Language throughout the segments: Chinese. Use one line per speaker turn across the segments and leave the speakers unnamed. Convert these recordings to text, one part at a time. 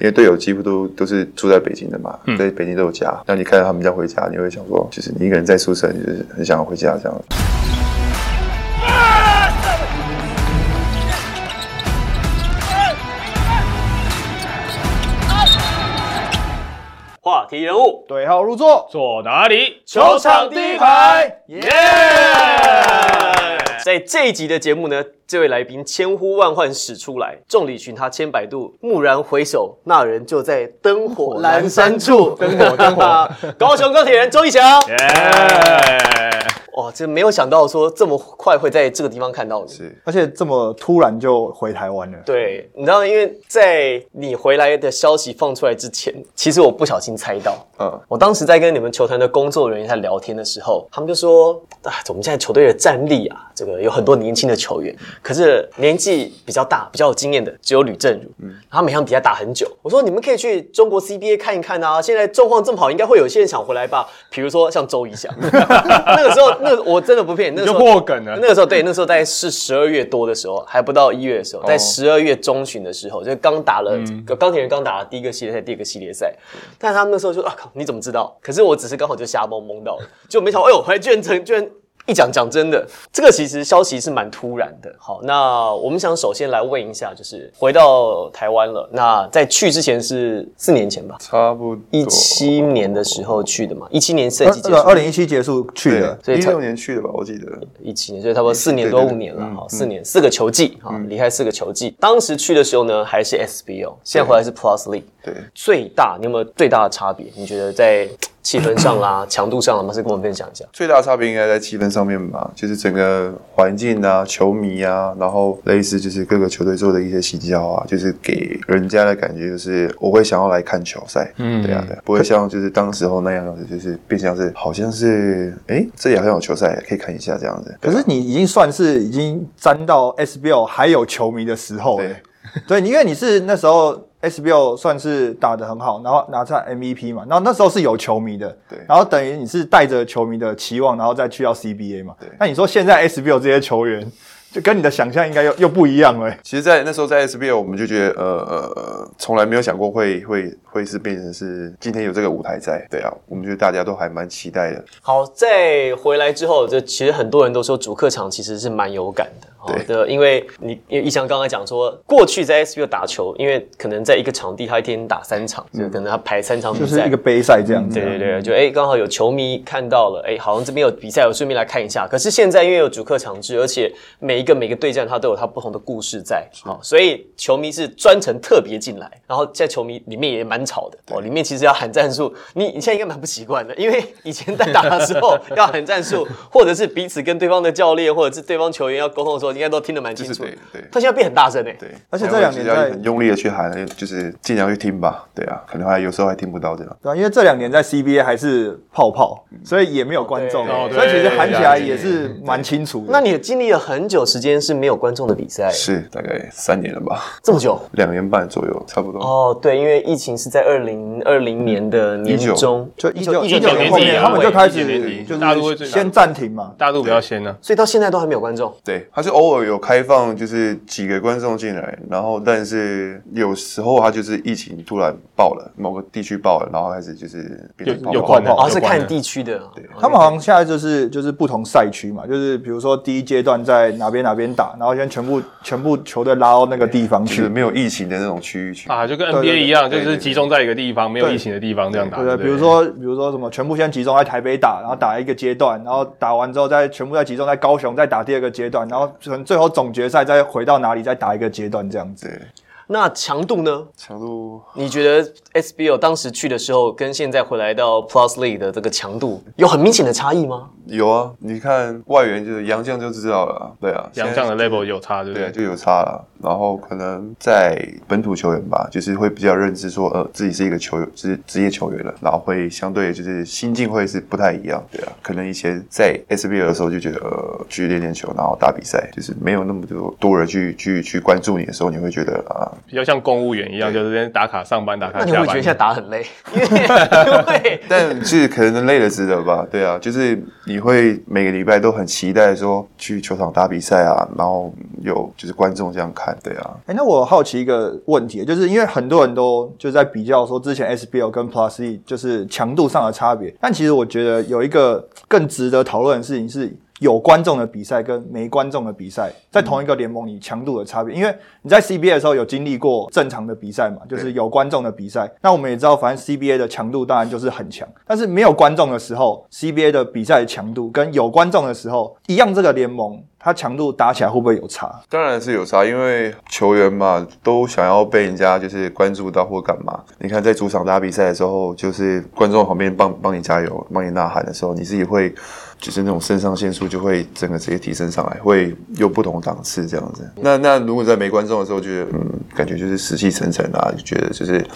因为队友几乎都都是住在北京的嘛，在北京都有家。然后你看到他们这样回家，你会想说，就是你一个人在宿舍，你就是很想要回家这样。
话题人物
对号入座，
坐哪里？
球场第一排，耶、
在这一集的节目呢，这位来宾千呼万唤始出来，众里寻他千百度，蓦然回首，那人就在灯火阑珊处。 灯火，灯火。高雄钢铁人周一翔。
耶！
哇，这没有想到说这么快会在这个地方看到你。
是
而且这么突然就回台湾了，
对，你知道，因为在你回来的消息放出来之前，其实我不小心猜到，
嗯，
我当时在跟你们球团的工作人员在聊天的时候，他们就说：“啊，我们现在球队的战力啊，这个有很多年轻的球员，可是年纪比较大、比较有经验的只有吕正儒，他每场比赛打很久。”我说：“你们可以去中国 CBA 看一看啊，现在状况这么好，应该会有些人想回来吧？比如说像周怡翔， 那个时候，那个我真的不骗你，那
你
个
就
时候
破梗了。
那个时候对，那时候大概是十二月多的时候，还不到一月的时候，在十二月中旬的时候，就刚打了、钢铁人刚打了第一个系列赛、第二个系列赛，但他们那时候就啊靠，你怎么知道？可是我只是刚好就瞎蒙蒙到了，就没想到，哎呦，回来居然成居然。一讲讲真的，这个其实消息是蛮突然的。好，那我们想首先来问一下，就是回到台湾了，那在去之前是四年前吧，
差不多
一七年的时候去的嘛，一七年赛
二呃
季结
二
束，
零一七结束去
对啊
的，，
所以
一
才
六年去的吧，我记得。
一七年，所以差不多四年多
哎对对
五
对
年了，
嗯
哈，四年四个球季，哈，离开四个球季。当时去的时候呢，还是 SBO，现在回来是 Plus League。
对，
最大，你有没有最大的差别？你觉得在嘖气氛 上啦、强度上啦，马上跟我们分享一下。
最大的差别应该在气氛上面吧，就是整个环境啊、球迷啊，然后类似就是各个球队做的一些洗交啊，就是给人家的感觉就是我会想要来看球赛，嗯，对啊，对啊，不会像就是当时候那样子，就是变相是好像是哎，这里好像有球赛可以看一下这样子，
可是你已经算是已经沾到 SBL 还有球迷的时候了
对，
对，因为你是那时候 SBL 算是打得很好，然后拿下 MVP 嘛，然后那时候是有球迷的，
对
然后等于你是带着球迷的期望，然后再去到 CBA 嘛，
对
那你说现在 SBL 这些球员，就跟你的想象应该又又不一样了、欸
其实在，那时候在 SBL，我们就觉得，呃呃呃，从来没有想过会会会是变成是今天有这个舞台在，对啊，我们觉得大家都还蛮期待的。
好，在回来之后，这其实很多人都说主客场其实是蛮有感的。好
对
的，因为你因为一翔刚才讲说，过去在 SBO 打球，因为可能在一个场地他一天打三场，
嗯
就可能他排三场比
就
赛，
是一个杯赛这样子、啊，
对对对，就哎，刚、好有球迷看到了，哎、好像这边有比赛，我顺便来看一下。可是现在因为有主客场制，而且每一个每个对战它都有它不同的故事在，好、所以球迷是专程特别进来。然后现在球迷里面也蛮吵的哦，里面其实要喊战术，你你现在应该蛮不习惯的，因为以前在打的时候 要喊战术，或者是彼此跟对方的教练或者是对方球员要沟通的时候，应该都听得蛮清楚的
就是。对对
他现在变很大声哎、
对，
而且这两年在
还会就是要很用力的去喊，就是尽量去听吧，对啊，可能还有时候还听不到这样。
对啊，因为这两年在 CBA 还是泡泡，所以也没有观众，
哦
对
所以其实喊起来
对
也是蛮清楚的。
那你也经历了很久时间是没有观众的比赛，
是大概三年了吧，
这么久。
两年半左右，差不多。
哦，对，因为疫情是在二零二零年的年
19
中，
嗯就一九一
19
九
年底
年后
啊
面，他们就开始
19年底大陆会
就是
最大
先暂停嘛，
大陆比较啊先呢，
所以到现在都还没有观众。
哦
对，他是偶尔有开放，就是几个观众进来，然后但是有时候他就是疫情突然爆了，某个地区爆了，然后开始就是变成泡
有有
泡
可能
哦，
有
是
关
看
的
地区的。对，
他们好像现在就是就是不同赛区嘛，就是比如说第一阶段在哪边哪边打，然后先全部全部球队拉到那个地方
就是
去。
没有疫情的那种区域去。
啊，就跟
对对
NBA 一样，就
对对
是
对
集中在一个地方，没有
对
疫情的地方这样打。
对对，
不
比如说比如说什么，全部先集中在台北打，然后打一个阶段，然后打完之后再全部再集中在高雄，再打第二个阶段，然后可能最后总决赛再回到哪里再打一个阶段这样子。
对，
那强度呢？
强度
你觉得 SBO 当时去的时候跟现在回来到 Plus League 的这个强度有很明显的差异吗？
有啊，你看外援就是杨绛就知道了啊，对啊，
洋将的 level 有差，对不
对
对？
就有差了。然后可能在本土球员吧，就是会比较认知说，呃，自己是一个球员，职职业球员了，然后会相对就是心境会是不太一样，对啊，可能以前在 SBL 的时候就觉得，呃，去练练球，然后打比赛，就是没有那么多多人去去去关注你的时候，你会觉得啊，
比较像公务员一样，就是在打卡上班、打
啊
卡
那你
下
会觉得现在
班。
打得很 累，因为因为
但是可能累了值得吧，对啊，就是你会每个礼拜都很期待说去球场打比赛啊，然后有就是观众这样看看，对啊，
哎，那我好奇一个问题，就是因为很多人都就在比较说之前 SBL 跟 Plus E 就是强度上的差别，但其实我觉得有一个更值得讨论的事情是。有观众的比赛跟没观众的比赛，在同一个联盟里强度的差别，因为你在 CBA 的时候有经历过正常的比赛嘛，就是
对
有观众的比赛。那我们也知道，反正 CBA 的强度当然就是很强，但是没有观众的时候，CBA 的比赛的强度跟有观众的时候一样，这个联盟它强度打起来会不会有差？
当然是有差，因为球员嘛都想要被人家就是关注到或干嘛。你看在主场打比赛的时候，就是观众旁边帮帮你加油、帮你呐喊的时候，你自己会就是那种肾上腺素就会整个直接提升上来，会有不同档次这样子。那那如果在没观众的时候，觉得嗯，感觉就是死气沉沉啊，就觉得就是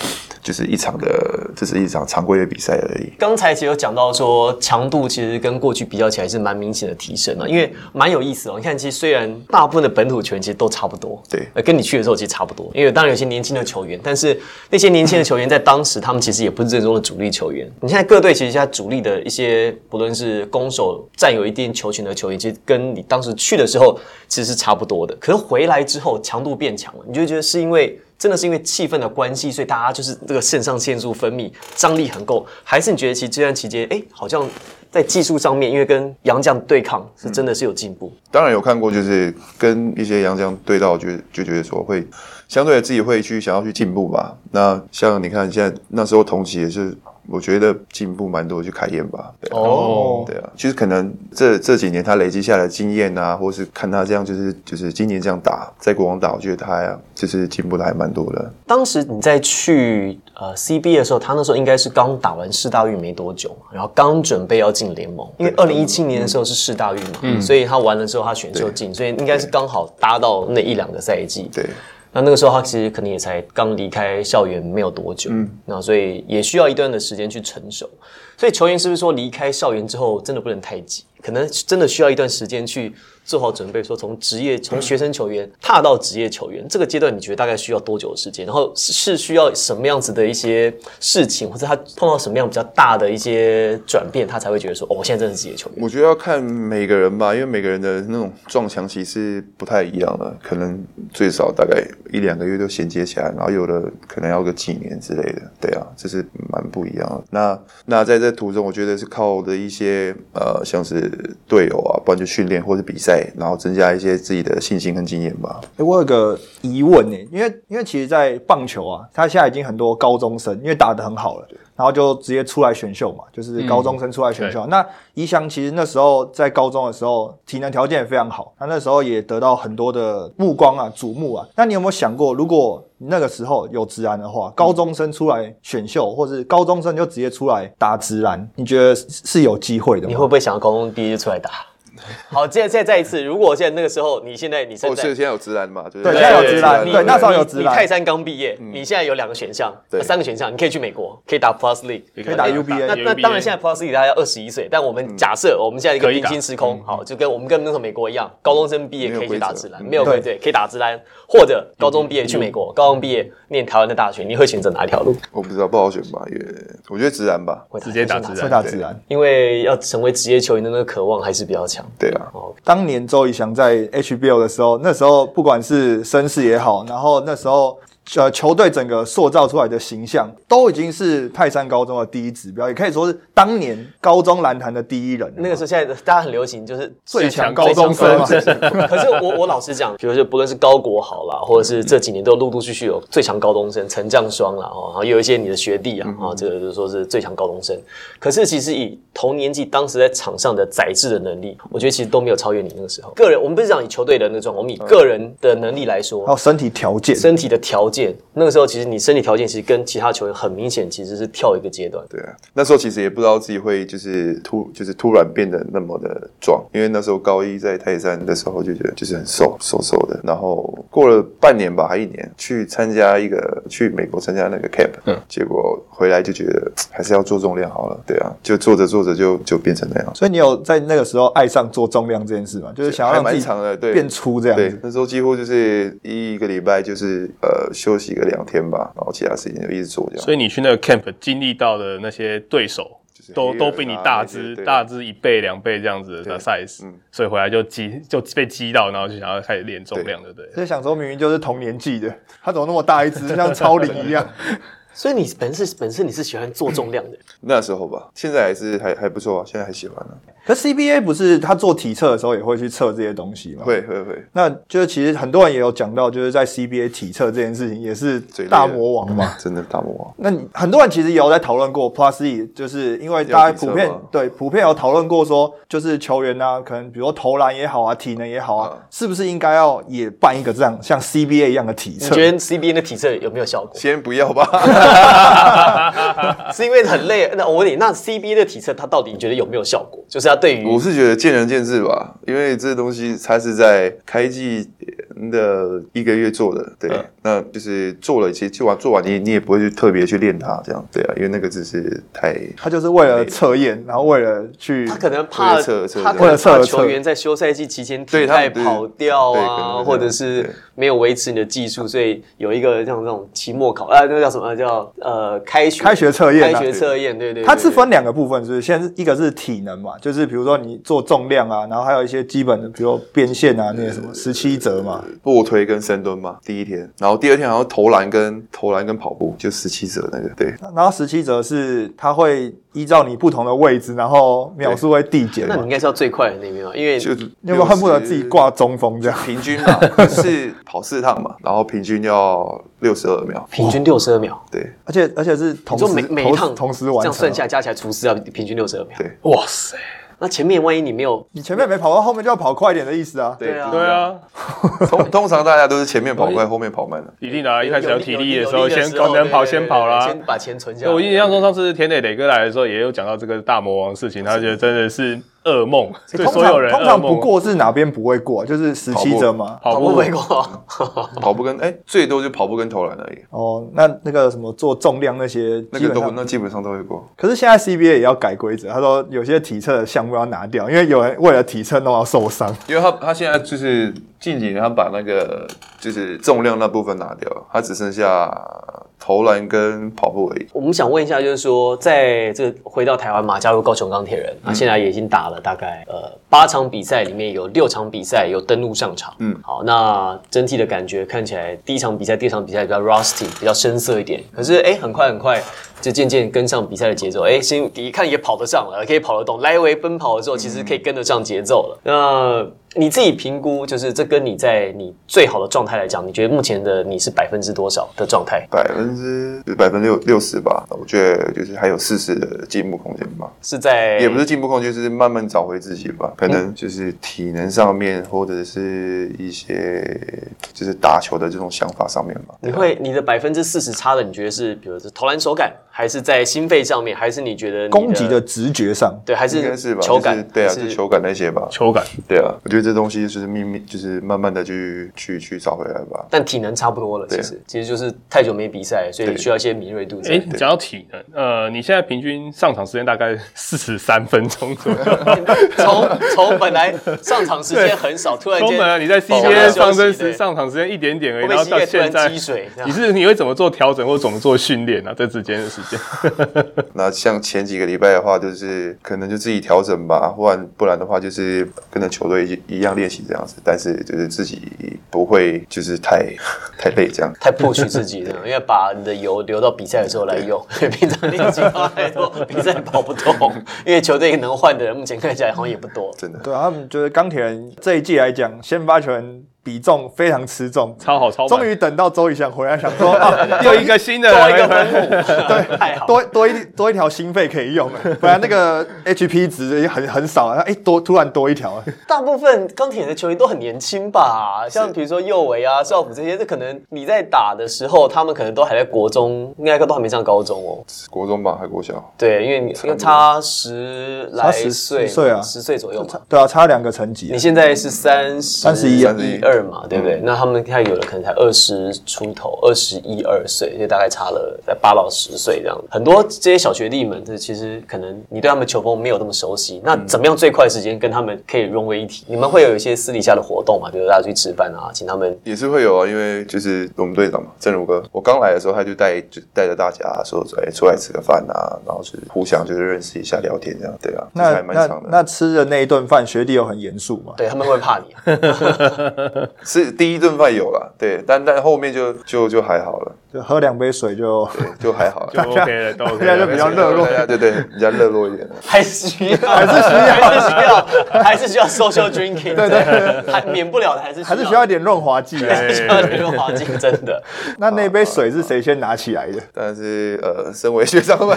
就是一场的，这是一场常规的比赛而已。
刚才其实有讲到说，强度其实跟过去比较起来是蛮明显的提升了、因为蛮有意思哦。你看，其实虽然大部分的本土球员其实都差不多，
对
呃，跟你去的时候其实差不多，因为当然有些年轻的球员，但是那些年轻的球员在当时他们其实也不是正宗的主力球员。你现在各队其实现在主力的一些，不论是攻守占有一定球权的球员，其实跟你当时去的时候其实是差不多的。可是回来之后强度变强了，你就会觉得是因为。真的是因为气氛的关系，所以大家就是这个肾上腺素分泌，张力很够，还是你觉得其实这段期间，哎、好像在技术上面，因为跟杨绛对抗是真的是有进步，
当然有看过，就是跟一些洋将对到就，就觉得说会相对的自己会去想要去进步吧。那像你看现在那时候同期也是，我觉得进步蛮多，就凯燕吧。对啊
哦，
对啊，其实可能这这几年他累积下来的经验啊，或是看他这样就是就是今年这样打，在国王打，我觉得他呀就是进步的还蛮多的。
当时你在去呃 CB 的时候，他那时候应该是刚打完世大运没多久嘛，然后刚准备要进联盟，嗯因为二零一七年的时候是世大运嘛，所以他完了之后他选秀进，所以应该是刚好搭到那一两个赛季。
对，
那那个时候他其实可能也才刚离开校园没有多久，那所以也需要一段的时间去成熟。所以球员是不是说离开校园之后真的不能太急？可能真的需要一段时间去做好准备，说从职业从学生球员踏到职业球员这个阶段，你觉得大概需要多久的时间？然后是是需要什么样子的一些事情，或者他碰到什么样比较大的一些转变，他才会觉得说，哦，我现在真的是职业球员。
我觉得要看每个人吧，因为每个人的那种撞墙期是不太一样的，可能最少大概一两个月就衔接起来，然后有的可能要个几年之类的。对啊，这是蛮不一样的。那那在这途中，我觉得是靠我的一些呃，像是队友啊，不然就训练或是比赛，然后增加一些自己的信心跟经验吧。
欸，我有个疑问呢、因为因为其实，在棒球啊，他现在已经很多高中生，因为打得很好了，然后就直接出来选秀嘛，
嗯
就是高中生出来选秀。那怡翔其实那时候在高中的时候，体能条件也非常好，他那时候也得到很多的目光啊、瞩目啊。那你有没有想过，如果那个时候有直男的话，高中生出来选秀，或是高中生就直接出来打直男，你觉得是是有机会的
你
吗？
会不会想要高中毕业就出来打？好，现在现在再一次，如果现在那个时候，你现在你现
哦，
在、
是现在有直男嘛？对
对现在有直男
你
对那时候有
你
直男嗯
你泰山刚毕业，你现在有两个选项，
对
呃三个选项，你可以去美国，可以打 Plus League。
可以
可以打 UBA
那那当然，现在 Plus League 大概二十一岁，但我
嗯
们假设我们现在一个
可以
平
打
行时空，好，就跟我们跟那时候美国一样，高中生毕业
没有
可以去
规
打
则
直男，
嗯
没有
对嗯
规则可以打直男，或者高中毕业去美国，高中毕业念台湾的大学，你会选择哪一条路？
我不知道，不好选吧？也我觉得直男吧。
会
直接打直
会
男，
打直男。
因为要成为职业球员的那个渴望还是比较强。
对啊，
当年周以翔在 HBO 的时候，那时候不管是绅士也好，然后那时候呃球队整个塑造出来的形象，都已经是泰山高中的第一指标，也可以说是当年高中篮坛的第一人了。
那个时候现在大家很流行，就是
最强
高中生嘛
最强高中 生可是我我老实讲，比如说不论是高国豪啦，或者是这几年都陆陆续续有最强高中生陈将双啦，哦，然后也有一些你的学弟啊，啊、这个就是说是最强高中生。可是其实以同年纪当时在场上的宰制的能力，我觉得其实都没有超越你那个时候。个人，我们不是讲以球队的那个状况，我们以个人的能力来说，
还有身体条件，
身体的条件，那个时候其实你身体条件其实跟其他球员很明显其实是跳一个阶段。
对啊，那时候其实也不知道自己会就是突就是突然变得那么的壮，因为那时候高一在泰山的时候就觉得就是很瘦瘦瘦的，然后过了半年吧还一年去参加一个去美国参加那个 camp，嗯，结果回来就觉得嘖还是要做重量好了，对啊，就做着做着就就变成那样，
所以你有在那个时候爱上做重量这件事吗？就是想要
还
让自
蛮
己
长的，对，
变粗这样
对啊
子。，
那时候几乎就是一个礼拜就是呃休息个两天吧，然后其他时间就一直做这样。
所以你去那个 camp 经历到的那些对手，
就是
都
黑人
都比你大
啊
只
那些
大只一倍两倍这样子的
对
size，
嗯
所以回来就激就被激到，然后就想要开始练重量，对不对？
就想说明明就是同年纪的，他怎么那么大一只，像超龄一样？
所以你本身本身你是喜欢做重量的，
那时候吧，现在还是还还不错啊，现在还喜欢呢、
可 CBA 不是他做体测的时候也会去测这些东西吗？
会会会，
那就是其实很多人也有讲到，就是在 CBA 体测这件事情也是
最累的
大魔王嘛。
真的大魔王。
那你很多人其实也有在讨论过 Plus E，就是因为大家普遍
有体测吗
对普遍有讨论过说，就是球员啊，可能比如说投篮也好啊，体能也好啊，
嗯
是不是应该要也办一个这样像 CBA 一样的体
你
测？
觉得 CBA 的体测有没有 效果？
先不要吧，
是因为很累。那我问你，那 CBA 的体测它到底你觉得有没有效果？就是它对于
我是觉得见仁见智吧，因为这东西它是在开季的一个月做的，对，
嗯
那就是做了，其实做完做完你你也不会去特别去练它，这样对啊，因为那个只是太
他就是为了测验，然后为了去
他可能怕
为了测测
他可
为
能
了测
怕
测
球员在休赛季期间体
对他
态
们对
跑掉
对可能
啊，
是
或者
对
是没有维持你的技术，所以有一个像那种期末考啊，那个叫什么叫呃开学
开学测验啊
开学测验，对对，对
它是分两个部分，就是先一个是体能嘛，就是比如说你做重量啊，然后还有一些基本的，比如说变线啊，那些什么十七折嘛，
卧推跟深蹲嘛，第一天，然后第二天好像投篮跟投篮跟跑步，就十七折那个，对，
然后十七折是它会依照你不同的位置，然后秒数会递减
那你
嘛
应。该是要最快的那边嘛，因为
就
你有没有恨不得自己挂中锋这样？
平均嘛，是跑四趟嘛，然后平均要六十二秒，
平均六十二秒，
对
而且而且是同
你说
时
每每一
同
趟
同时完
这样
成啊。
算下来加起来除四要平均六十二秒
对。
哇塞，
那前面万一你没有
你前面没跑到，后面就要跑快一点的意思啊。
对啊
对啊，
通通常大家都是前面跑快，后面跑慢的。
一定的啊，一开始
有
有
力
体力的时
有
候，
力
先高能跑
对对
先跑
对
啦
先。把钱存下来。
我印象中上次田磊磊哥来的时候，也有讲到这个大魔王的事情，他觉得真的是噩梦，对
通
所
常
有人
通
噩
常不
梦。啊
过是哪边不会过，就是十七折嘛。
跑
跑步
步
没过，
跑步跟哎、最多就跑步跟投篮而已，
哦，那那个什么做重量那些，
那
基
个都
本上
那基本上都会过。
可是现在 CBA 也要改规则，他说有些体测的项目要拿掉，因为有人为了体测弄到受伤。
因为他他现在就是近几年，他把那个就是重量那部分拿掉了，他只剩下投篮跟跑步而已。
我们想问一下，就是说，在这个回到台湾嘛，加入高雄钢铁
嗯
人，啊那现在也已经打了大概呃八场比赛，里面有六场比赛有登陆上场。嗯
嗯，
好，那整体的感觉看起来，第一场比赛、第二场比赛比较 rusty，比较生涩一点。可是哎，很快很快就渐渐跟上比赛的节奏。哎，先一看也跑得上了，可以跑得动，来回奔跑的时
嗯
候，其实可以跟得上节奏了。那你自己评估，就是这跟你在你最好的状态来讲，你觉得目前的你是百分之多少的状态？
百分之百分之六六十吧，我觉得就是还有四十的进步空间吧，
是在
也不是进步空间，就是慢慢找回自己吧。可能就是体能上面，或者是一些就是打球的这种想法上面吧。
你会你的百分之四十差的，你觉得是比如是投篮手感，还是在心肺上面，还是你觉得你
攻击的直觉上，
对，还
应该
是
是吧，
球
就
感
是？对啊，
还
就球感那些吧。
球感，
对啊，我觉得这东西就是秘密，就是慢慢的去去去找回来吧。
但体能差不多了，其实其实就是太久没比赛，所以
啊对
需要一些敏锐度在。
哎，讲到体能，呃，你现在平均上场时间大概四十三分钟左右。
从从本来上场时间很少，突然
从本来
间
啊你在
保安
CBA
休息
上升时
对
上场时间一点点而已，
会不
然后
会膝
到
盖突
现在
然积水这样
你是你会怎么做调整或怎么做训练啊？这之间的时间，
那像前几个礼拜的话，就是可能就自己调整吧，不然不然的话就是跟着球队一一样练习这样子，但是就是自己不会就是太 太累这样。
太 push 自己了，因为把你的油留到比赛的时候来用，因为平常练习跑太多，比赛跑不 动，因为球队能换的人目前看起来好像也不多。
真的，
对啊，他们觉得钢铁人这一季来讲，先发球员比重非常吃重，
超好超满
终于等到周宇翔回来，想说啊，
又一个新的
多一个
回来
分母，太好了。
多多一多一条心肺可以用了，本来那个 HP 值也很很少，哎，多突然多一条啊了，
大部分钢铁的球员都很年轻吧，像比如说右维啊、少辅这些，这可能你在打的时候，他们可能都还在国中，应该都还没上高中哦。
国中吧还国小，
对，因为你因为差十来岁嘛，
差10岁啊
十岁左右嘛。
对啊，差两个层级
你。现在是三十嗯
31
啊
二二嘛，对不对？那他们现在有的可能才二十出头，二十一二岁，就大概差了在八到十岁这样。很多这些小学弟们，这其实可能你对他们球风没有那么熟悉。那怎么样最快时间跟他们可以融为一体？你们会有一些私底下的活动嘛？比如大家去吃饭啊，请他们
也是会有啊，因为就是我们队长嘛，正如哥，我刚来的时候他就带就带着大家说，哎，出来吃个饭啊，然后就是互相就是认识一下，聊天这样，对啊，其实
那
还蛮
那
长的。
那吃的那一顿饭，学弟有很严肃嘛？
对他们会怕你啊。
是第一顿饭有了，对，但但后面就就就还好了，
就喝两杯水就
对，就还好了
就。OK
啊
了，都 OK
大家就
了。
比较热络
大家对对，比较热络一点。
还是需要，还是需要，还是需要，还是需 要 social drinking，对对，还免不了的，还是
还是需要一点润滑剂啊。
需要这个环境，真的。
那那杯水是谁先拿起来的？
但是呃，身为学长们，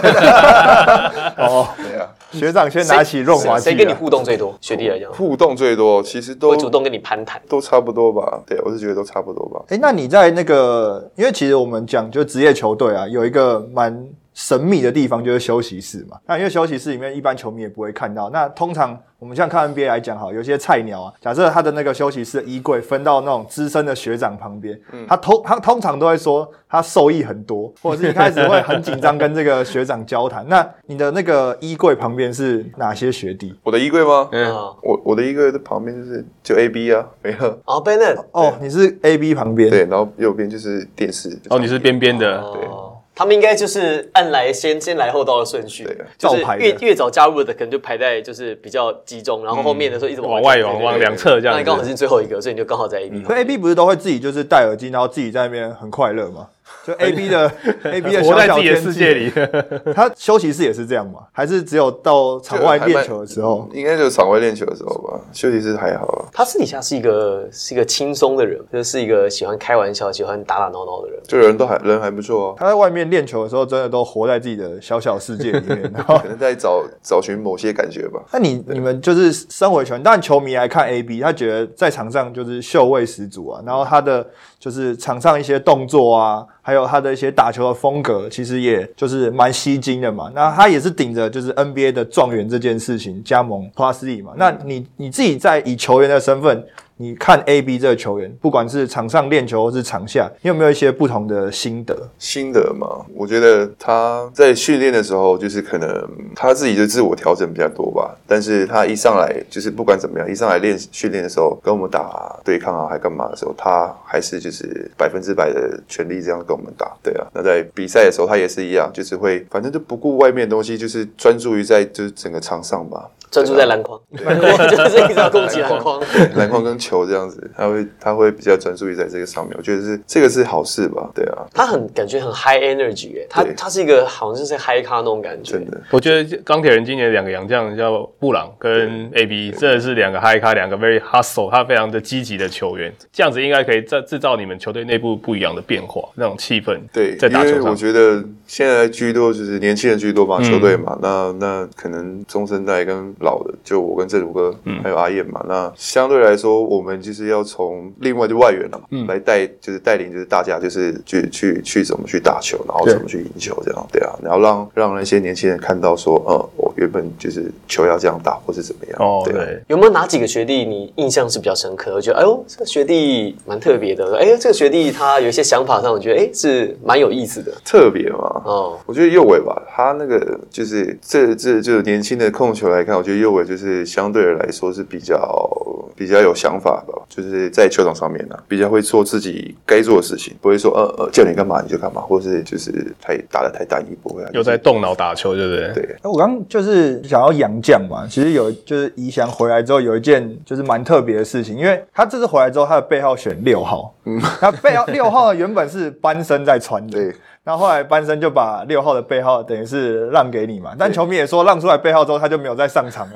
哦，
对啊，
学长先 拿起润滑剂啊。
谁跟你互动最多？学弟来 讲，
互动最多，其实都
啊会主动跟你攀谈。
都差不多吧。对，我是觉得都差不多吧。
哎，那你在那个，因为其实我们讲就职业球队啊，有一个蛮神秘的地方就是休息室嘛。那因为休息室里面一般球迷也不会看到。那通常我们像看 NBA 来讲哈，有些菜鸟啊，假设他的那个休息室的衣柜分到那种资深的学长旁边，他通他通常都会说他受益很多，或者是一开始会很紧张跟这个学长交谈。那你的那个衣柜旁边是哪些学弟？
我的衣柜吗？
嗯，
嗯，
我我的衣柜的旁边就是就 A B 啊，没了。
哦，Bennett，
哦，你是 A B 旁 边，
对，然后右边就是电视。
哦，你是边边的，
哦，他们应该就是按来先先来后到的顺序
对，
就是
照排的
越越早加入的可能就排在就是比较集中，然后后面的时候一直
往外
走
往往
对对
两侧这
对那
样
你刚好
子。
是最后一个，所以你就刚好在 A B。
可 A B 不是都会自己就是戴耳机，然后自己在那边很快乐吗？就 A B 的 A B 的
呃活
小
在
小
自己
天
的
地
世界，里，
他休息室也是这样吗？还是只有到场外练球的时候？
应该就是场外练球的时候吧，休息室还好啊，
他私底下是一个是一个轻松的人，就是一个喜欢开玩笑、喜欢打打闹闹的人。
就人都还人还不错 啊。
他在外面练球的时候，真的都活在自己的小小世界里 面。然后
可能在找找寻某些感觉吧。
那你你们就是身为球员，但球迷来看 A B，他觉得在场上就是秀味十足啊，然后他的就是场上一些动作啊，还有他的一些打球的风格，其实也就是蛮吸睛的嘛。那他也是顶着就是 NBA 的状元这件事情加盟 Plus E 嘛。那你你自己在以球员的身份，你看 A B 这个球员，不管是场上练球或是场下，你有没有一些不同的心得？
心得嘛，我觉得他在训练的时候，就是可能他自己就自我调整比较多吧。但是他一上来就是不管怎么样，一上来练训练的时候，跟我们打对抗啊，还干嘛的时候，他还是就是百分之百的全力这样跟我们打。对啊，那在比赛的时候，他也是一样，就是会反正就不顾外面的东西，就是专注于在就是整个场上吧。
专注在篮筐， 就是一直要攻击篮筐。
篮筐跟球这样子，他会他会比较专注于在这个上面，我觉得是这个是好事吧，对啊，
他很感觉很 high energy，耶他
对
他是一个好像就是 high 咖那种感觉。
真的，
我觉得钢铁人今年两个洋将叫布朗跟 AB，真的是两个嗨咖，两个 very hustle，他非常的积极的球员，这样子应该可以制制造你们球队内部不一样的变化，那种气氛。
对，
在打
因
球
为我
上。嗯
觉得现在居多就是年轻人居多嘛，球队嘛，那那可能中生代跟老的，就我跟正如哥，
嗯
还有阿燕嘛，那相对来说，我们就是要从另外就外援了嘛，
嗯
来带就是带领就是大家就是去去去怎么去打球，然后
对
怎么去赢球这样，对啊，然后让让那些年轻人看到说，嗯，我原本就是球要这样打，或是怎么样，
哦，
啊
对，
有没有哪几个学弟你印象是比较深刻？我觉得，哎呦，这个学弟蛮特别的。哎呦，这个学弟他有一些想法上，我觉得哎是蛮有意思的。
特别嘛，
哦，
我觉得右尾吧，他那个就是这这就是年轻的控球来看，我觉得右尾就是相对来说是比较比较有想法吧，就是在球场上面呢、啊，比较会做自己该做的事情，不会说呃呃叫你干嘛你就干嘛，或是就是太打的太单一，不会、啊、
又在动脑打球，对不对？
对
那我刚刚就是想要杨绛嘛，其实有就是怡翔回来之后有一件就是蛮特别的事情，因为他这次回来之后，他的背号选六号，他背号六号原本是班森在穿的，
对，
然后后来班森就把六号的背号等于是让给你嘛，但球迷也说让出来背号之后他就没有再上场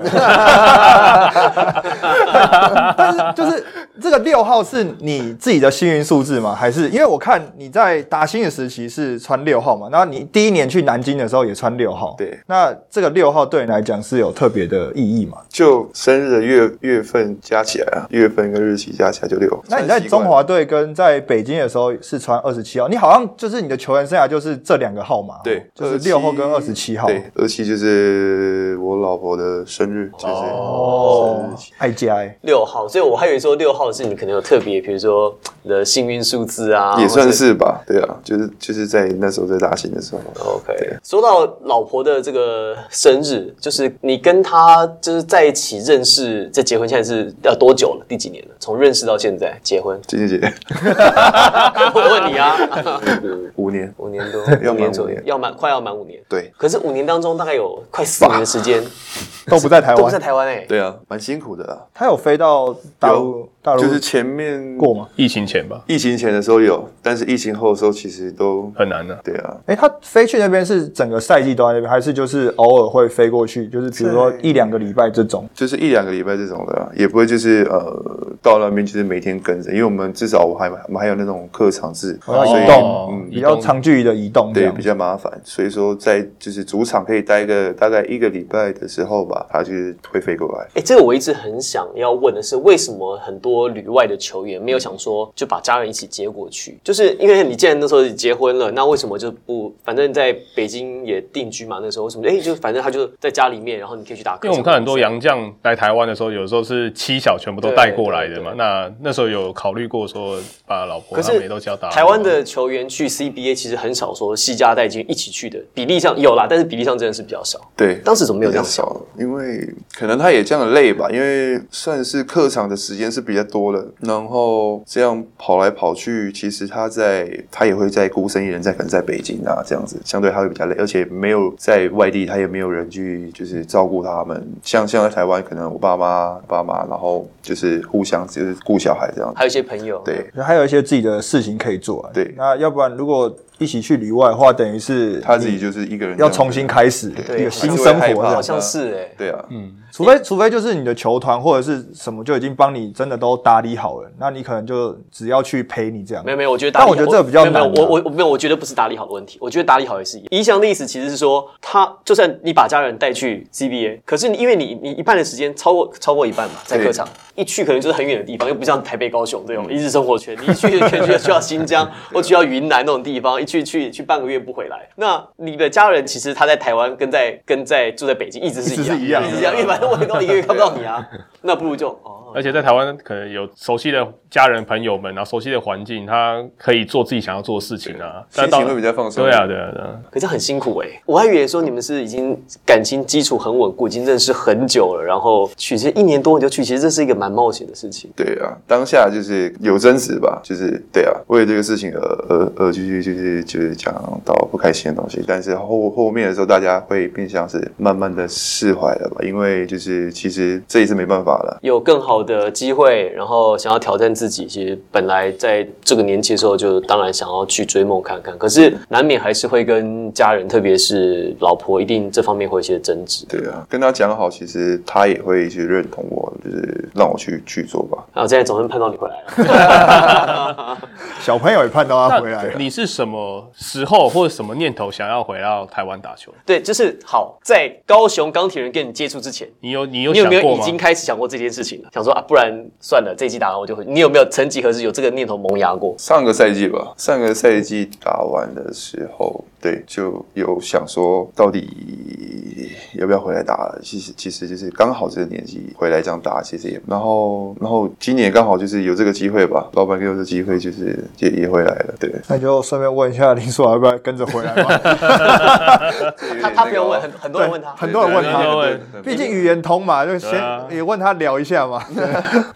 了， 但是就是这个六号是你自己的幸运数字吗？还是因为我看你在达兴的时期是穿六号嘛，然后你第一年去南京的时候也穿六号，
对
那这个六号对你来讲是有特别的意义嘛？
就生日的月月份加起来啊，月份跟日期加起来就六。
那你在
算习惯
中华队跟在北京的时候是穿二十七号，你好像就是你的球员生涯就是这两个号码，哦
对，
就是
27
六号跟二十七号。
对，二七就是我老婆的生日，就是
哦
生日日期
爱家、欸，
六号，所以我还以为说六号的是你可能有特别，比如说你的幸运数字啊，
也
或
算
者
是吧，对啊，就是就是在那时候在大兴的时候，，
OK，说到老婆的这个生日，就是你跟她就是在一起认识，在结婚现在是要多久了？第几年了？从认识到现在结婚
金姐姐
我问你啊，
五年，
五年多，
要满
五年左
五
右
年，
要满快要满五年。
对
可是五年当中大概有快四年的时间
都不在台
都不在
湾。
台湾哎，
对啊，蛮辛苦的啊，
他有飞到大陆
有
大陆
就是前面
过吗？
疫情前吧，
疫情前的时候有，但是疫情后的时候其实都
很难啊。
对啊，
哎，他飞去那边是整个赛季都在那边，还是就是偶尔会飞过去？就是比如说一两个礼拜这种。
就是一两个礼拜这种的啊、也不会就是呃到那边就是每天跟着，因为我们至少我还我们还有那种课场制，
我要
所以
移动，
嗯
比较长距离的移动这
对
样
比。较麻烦，所以说在就是主场可以待个大概一个礼拜的时候吧，他就是会飞过来。
哎，这个我一直很想要问的是，为什么很多旅外的球员没有想说就把家人一起接过去？就是因为你既然那时候结婚了，那为什么就不反正在北京也定居嘛？那时候为什么？哎，就反正他就在家里面，然后你可以去打
因
歌。
为我们看很多洋将来台湾的时候，有时候是妻小全部都带过来的嘛
对对对。
那那时候有考虑过说把老婆
可
他们
是
也都叫大陆
台湾的球员去 CBA 其实很少说西家带金一起去的，比例上有啦，但是比例上真的是比较少。
对，
当时怎么没有
比
这
较
样想？
少了，因为可能他也这样的累吧，因为算是客场的时间是比较多的，然后这样跑来跑去，其实他在他也会在孤身一人在可能在北京啊这样子，相对他会比较累，而且没有在外地，他也没有人去就是照顾他们，像像在台湾，可能我爸妈爸妈，然后就是互相就是顾小孩这样子，
还有一些朋友，
对。
还有一些自己的事情可以做、啊。
对
那要不然如果一起去旅外的话，等于是
他自己就是一个人这
要
样子
重新开始
对
一个新
好像
生活
会害怕
这
好
样。
像是哎、
对啊，
除非除非就是你的球团或者是什么就已经帮你真的都打理好了，那你可能就只要去陪你这样。
没有没有，我觉得打理
但
好
我觉得这个比较难
没
啊、
有没有，我我我没有，我觉得不是打理好的问题，我觉得打理好也是一样。影响的意思其实是说，他就算你把家人带去 CBA，可是你因为你你一半的时间超过超过一半嘛，在
对
客场一去可能就是很远的地方，又不像台北、高雄这种
嗯
一日生活圈，你一去可能就要去到新
啊
疆或去到云南那种地方，一去去去半个月不回来。那你的家人其实他在台湾跟在跟在住在北京一直是一
一直
样，
是一样的
一直一样，因为反正我也都一个月看不到你 啊，那不如就哦。
而且在台湾可能有熟悉的家人朋友们，然后啊熟悉的环境，他可以做自己想要做的事情啊，
心
到
情会比较放松。
对啊，对啊，对啊。
可是很辛苦哎、我还以为说你们是已经感情基础很稳固，已经认识很久了，然后去，其实一年多你就去，其实这是一个蛮冒险的事情。
对啊，当下就是有争执吧，就是对啊，为了这个事情而而而去就是就是讲到不开心的东西，但是后后面的时候，大家会变相是慢慢的释怀了吧，因为就是其实这也是没办法了。
有更好的机会，然后想要挑战自己，其实本来在这个年纪的时候，就当然想要去追梦看看，可是难免还是会跟家人，特别是老婆，一定这方面会有一些争执。
对啊，跟他讲好，其实他也会去认同我，就是让我去去做吧。
然后啊现在总算盼到你回来了。
小朋友也盼到他回
啊
来
那
了。
你是什么时候或者什么念头想要回到台湾打球？
对，就是好，在高雄钢铁人跟你接触之前，
你有你有
你有
想
没有
过
已
吗？
经开始想过这件事情了？想说啊，不然算了，这一季打完我就回。你有没有曾几何时有这个念头萌芽过？
上个赛季吧，上个赛季打完的时候，对，就有想说到底要不要回来打。其实其实就是刚好这个年纪回来这样打，其实也然后然后今年刚好就是有这个机会吧，老板给我这机会，就是也也回来了。对，
那就顺便问一下林书豪要不要跟着回来吧？
他他不用问，很很多人问他。
很多人问
对对对
他，毕竟语言通嘛，就先
啊
也问他聊一下嘛。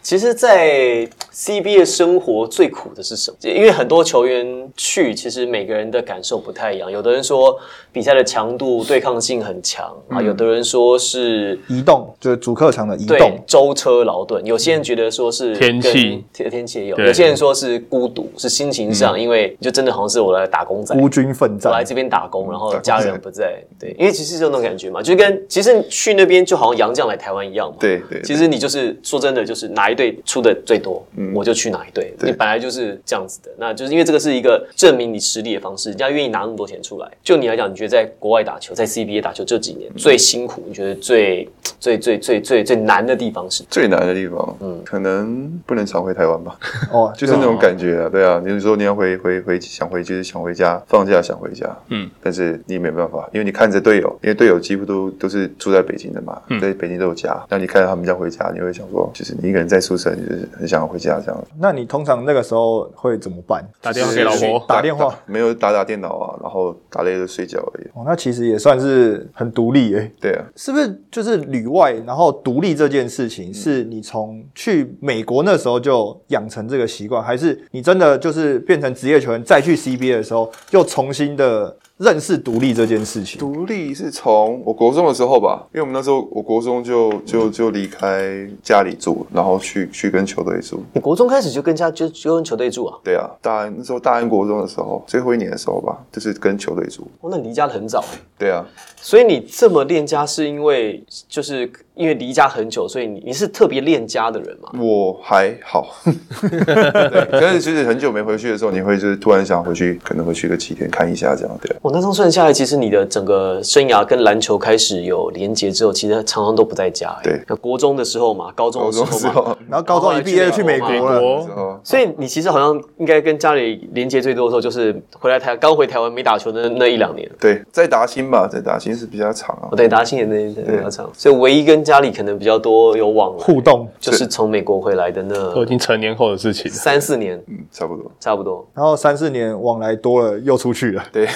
其实，在 CBA 生活最苦的是什么？因为很多球员去，其实每个人的感受不太一样。有的人说比赛的强度、对抗性很强啊，有的人说是
移动就是主客场的移
对
动，
舟车劳顿，有些人觉得说是
天气
跟，天天气也有；
对
有些人说是孤独，是心情上，因为就真的好像是我来打工仔，
孤军奋
我来这
战。
边打工，然后家人不在，对，因为其实就那种感觉嘛，就跟其实去那边就好像洋将来台湾一样嘛。
对对对
其实你就是说真的，就是哪一队出的最多，我就去哪一队。
对
你本来就是这样子的，那就是因为这个是一个证明你实力的方式，人家愿意拿那么多钱出来。就你来讲，你觉得在国外打球，在 CBA 打球这几年，年最辛苦，你觉得最最最最最最难的地方是？
最难的地方，
嗯
可能不能常回台湾吧，
哦，
就是那种感觉啊，对啊，你有时候你要回回回想回就是想回家，放假想回家，
嗯，
但是你也没办法，因为你看着队友，因为队友几乎都都是住在北京的嘛，
嗯
在北京都有家，那你看着他们家回家，你会想说，就是你一个人在宿舍，你就是很想要回家这样。
那你通常那个时候会怎么办？
打电话给老婆，
打电话
没有打打电脑啊，然后打累了睡觉而已。
哦，那其实也算是很独立诶、
对啊，
是不是就是旅外，然后独立这件事情，是你从去美国那时候就养成这个习惯，还是你真的就是变成职业球员再去 CBA 的时候，又重新的认识独立这件事情？
独立是从我国中的时候吧，因为我们那时候我国中就就就离开家里住，然后去去跟球队住。
你国中开始就跟家就就跟球队住啊？
对啊，大安那时候大安国中的时候，最后一年的时候吧，就是跟球队住。
哦，那你离家的很早，
对啊，
所以你这么恋家是因为就是因为离家很久，所以你你是特别恋家的人嘛？
我还好，对，但是其实很久没回去的时候，你会就是突然想回去，可能回去个几天看一下这样，对啊。
我那张算下来，其实你的整个生涯跟篮球开始有连结之后，其实常常都不在家、欸
对，
那国中的时候嘛，高中
高
的时
中
候
之
嘛，
后，
然后高中一
哦
毕业就去美国
美
了，
之
国
后
所以你其实好像应该跟家里连接最多的时候，就是回来台刚回台湾没打球的那那一两年。
对，在达兴吧，在达兴是比较长啊
我。对达兴也那那比较长，所以唯一跟家里可能比较多有往来，
互动。
就是从美国回来的
都已
那
经成年后的事情了。
三四年
嗯，差不多。
差不多。
然后三四年往来多了，又出去了。
对，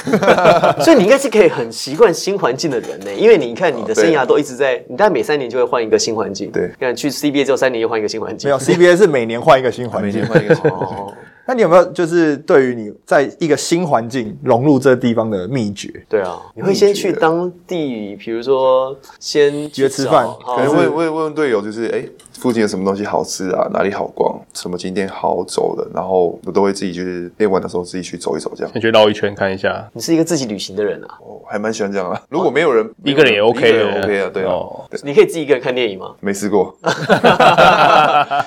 所以你应该是可以很习惯新环境的人呢、因为你看你的
哦对
生涯都一直在，你大概每三年就会换一个新环境。
对
你看去 CBA 之后三年又换一个新环 境。
没有 CBA 是每年换一个新环境。
换一个城市
哦，
那你有没有就是对于你在一个新环境融入这地方的秘诀？
对啊，你会先去当地，比如说先去
约吃饭
找
可能
哦
会会问队友，就是哎、诶附近有什么东西好吃啊？哪里好逛？什么景点好走的？然后我都会自己就是练完的时候自己去走一走，这样。
先去绕一圈看一下，
你是一个自己旅行的人啊，
我还蛮喜欢这样的。如果没有人，
哦一个人也 OK
一个
的
人 OK 啊，对啊，
哦
你可以自己一个人看电影吗？
没试过。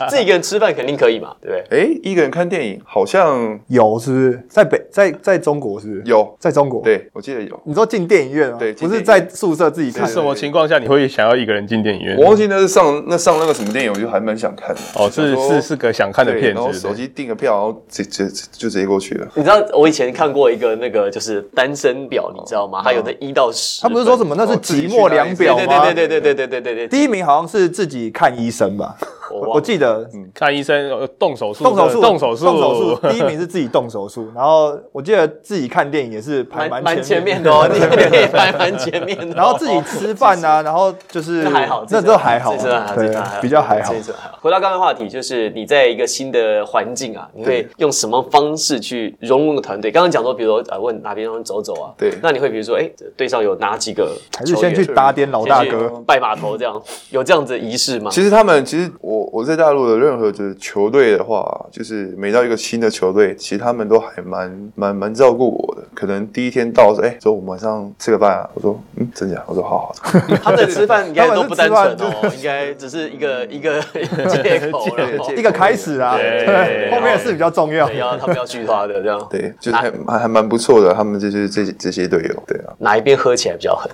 自己一个人吃饭肯定可以嘛，对不对？
哎、一个人看电影好像
有是不是？在北在在中国是不是？
有，
在中国。
对我记得有。
你说进电影院啊？
对进电
不是
影
在宿舍自己看
是什
的。
么情况下你会想要一个人进电影院？
我忘记那是上那上那个什么电影，我就还蛮想看的。
哦，
想
是
说
是是个想看的
对
片
然后
子，
手机订个票，然后直直直就直接过去了。
你知道我以前看过一个那个就是单身表，你知道吗？它有的一到十，
他不是说什么那是
哦自己
寂
去
寞
哪里
量
对
表吗？
对对对对对对对对对，
第一名好像是自己看医生吧，
我
我
忘
我
了
记得
看医生，呃动手术，
动手术，
动手术，
动 手术。第一名是自己动手术，然后我记得自己看电影也是排
蛮
蛮
蛮前面
面
的哦，你可以排蛮前面的哦，
然后自己吃饭啊，然后就是
哦这还好，
那都还好，啊
这这还好，这这还好，
对，比较还好
这。这还好。回到刚刚的话题，就是你在一个新的环境啊，你会用什么方式去融入一个团队？刚刚讲说，比如说啊，问哪边人走走啊，
对
那你会比如说，哎，队上有哪几个
还是
球员？
先去搭点老大哥，
拜码头这样，有这样子的仪式吗？
其实他们，其实我我在大陆的任何的球队的话，就是每到一个新的球队，其实他们都还蛮蛮蛮照顾我的。可能第一天到说，哎、说我们晚上吃个饭啊。我说，嗯，真假？我说好好。
他们的吃饭应该都不单纯
他们
哦，应该只是一个一个借口，然后
借
一个开始啊，
对
对，
对
后面的事比较重要
对，。要他们要聚他的这样。
对，就是还还还蛮不错的。他们就是这些这些队友，对啊，
哪一边喝起来比较狠？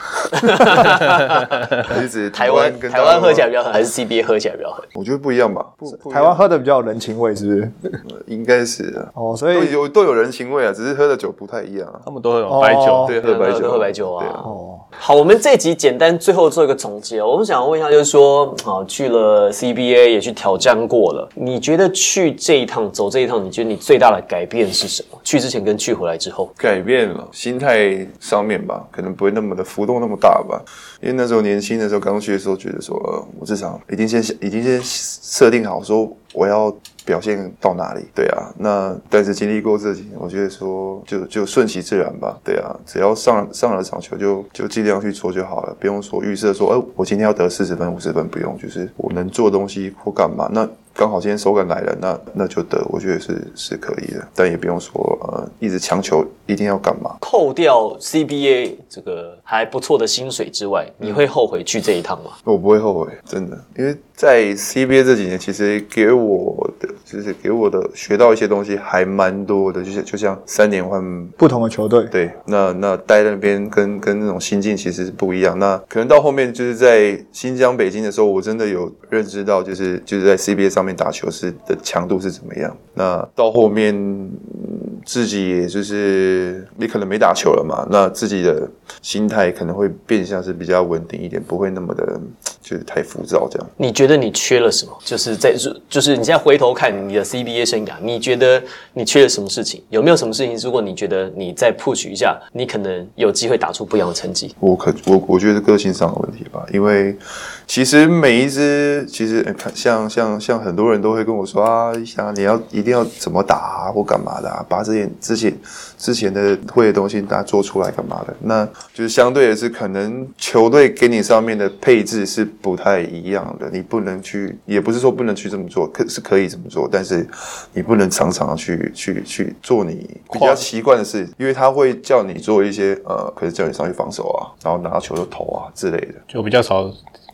还是指
台湾
跟
台湾喝起来
大陆
比较狠，还是 CBA 喝起来比较狠？
吗，我觉得不一样吧。不，不一样
台湾喝的比较有人情味，是不是？
应该是啊
哦，所
都
以
有都有人情味啊，只是喝的酒不太一样啊。
他们都很有白酒，
哦
对，喝白
对啊
酒，
喝白酒
对啊
啊。
哦，
好，我们这集简单最后做一个总结。我们想问一下，就是说，啊，去了 CBA 也去挑战过了，你觉得去这一趟走这一趟，你觉得你最大的改变是什么？去之前跟去回来之后，
改变了心态上面吧，可能不会那么的浮动那么大吧。因为那时候年轻的时候，刚去的时候觉得说，呃、我至少已经先已经先设定好说我要表现到哪里，对啊。那但是经历过这几年，我觉得说就就顺其自然吧，对啊。只要上上了场球就就尽量去做就好了，不用说预设说，哎、我今天要得四十分五十分，不用，就是我能做的东西或干嘛那。刚好今天手感来了，那那就得，我觉得是是可以的，但也不用说呃一直强求一定要干嘛。
扣掉 CBA 这个还不错的薪水之外，你会后悔去这一趟吗？
我不会后悔，真的，因为在 CBA 这几年，其实给我的就是给我的学到一些东西还蛮多的，就是就像三年换
不同的球队，
对，那那待在那边跟跟那种心境其实是不一样。那可能到后面就是在新疆、北京的时候，我真的有认知到，就是就是在 CBA 上面打球是的强度是怎么样。那到后面嗯自己也就是你可能没打球了嘛，那自己的心态可能会变相是比较稳定一点，不会那么的就是太浮躁这样。
你觉得你缺了什么？就是在就是你现在回头看你的 CBA 生涯，你觉得你缺了什么事情？有没有什么事情？如果你觉得你再 push 一下，你可能有机会打出不一样的成绩。
我可我我觉得是个性上的问题吧，因为其实每一支其实呃看像像像很多人都会跟我说啊，想你要一定要怎么打啊，或干嘛的、啊，把之前之前之前的会的东西拿做出来干嘛的？那就是相对的是，可能球队给你上面的配置是不太一样的，你不能去，也不是说不能去这么做，可是可以这么做，但是你不能常常去去去做你比较习惯的事，因为他会叫你做一些呃，可是叫你上去防守啊，然后拿到球就投啊之类的。
就比较少，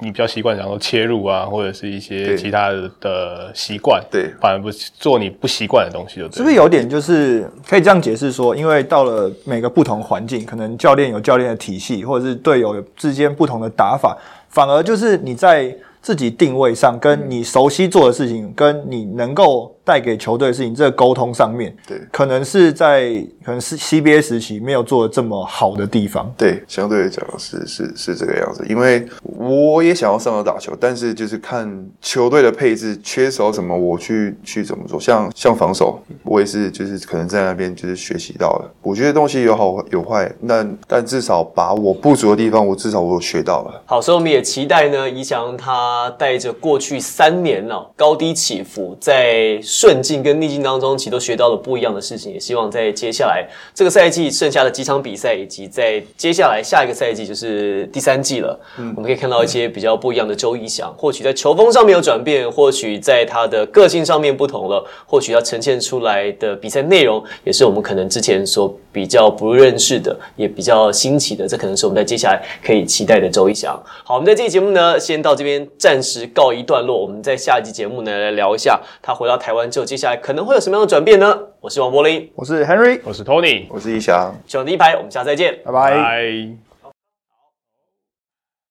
你比较习惯然后切入啊，或者是一些
对
其他的的习惯，
对
反而不做你不习惯的东西就对了。
是不是有点就是可以这样解释说，因为到了每个不同环境，可能教练有教练的体系，或者是队友之间不同的打法，反而就是你在自己定位上，跟你熟悉做的事情，跟你能够带给球队的事情，这个沟通上面，
对
可能是在可能是 CBA 时期没有做的这么好的地方。
对，相对来讲是是是这个样子，因为我也想要上场打球，但是就是看球队的配置缺少什么，我去去怎么做。像像防守，我也是就是可能在那边就是学习到了，我觉得东西有好有坏，那但至少把我不足的地方，我至少我有学到了。
好，所以我们也期待呢，宜翔他带着过去三年呢、高低起伏，在顺境跟逆境当中，其实都学到了不一样的事情。也希望在接下来这个赛季剩下的几场比赛，以及在接下来下一个赛季就是第三季了，我们可以看到一些比较不一样的周宜翔。或许在球风上面有转变，或许在他的个性上面不同了，或许他呈现出来的比赛内容也是我们可能之前所比较不认识的，也比较新奇的。这可能是我们在接下来可以期待的周一翔。好，我们在这期节目呢，先到这边暂时告一段落。我们在下一期节目呢来聊一下他回到台湾之后，接下来可能会有什么样的转变呢？我是王柏林，
我是 Henry，
我是 Tony，
我是一翔。
希望第一排，我们下次再见。
拜拜。
拜。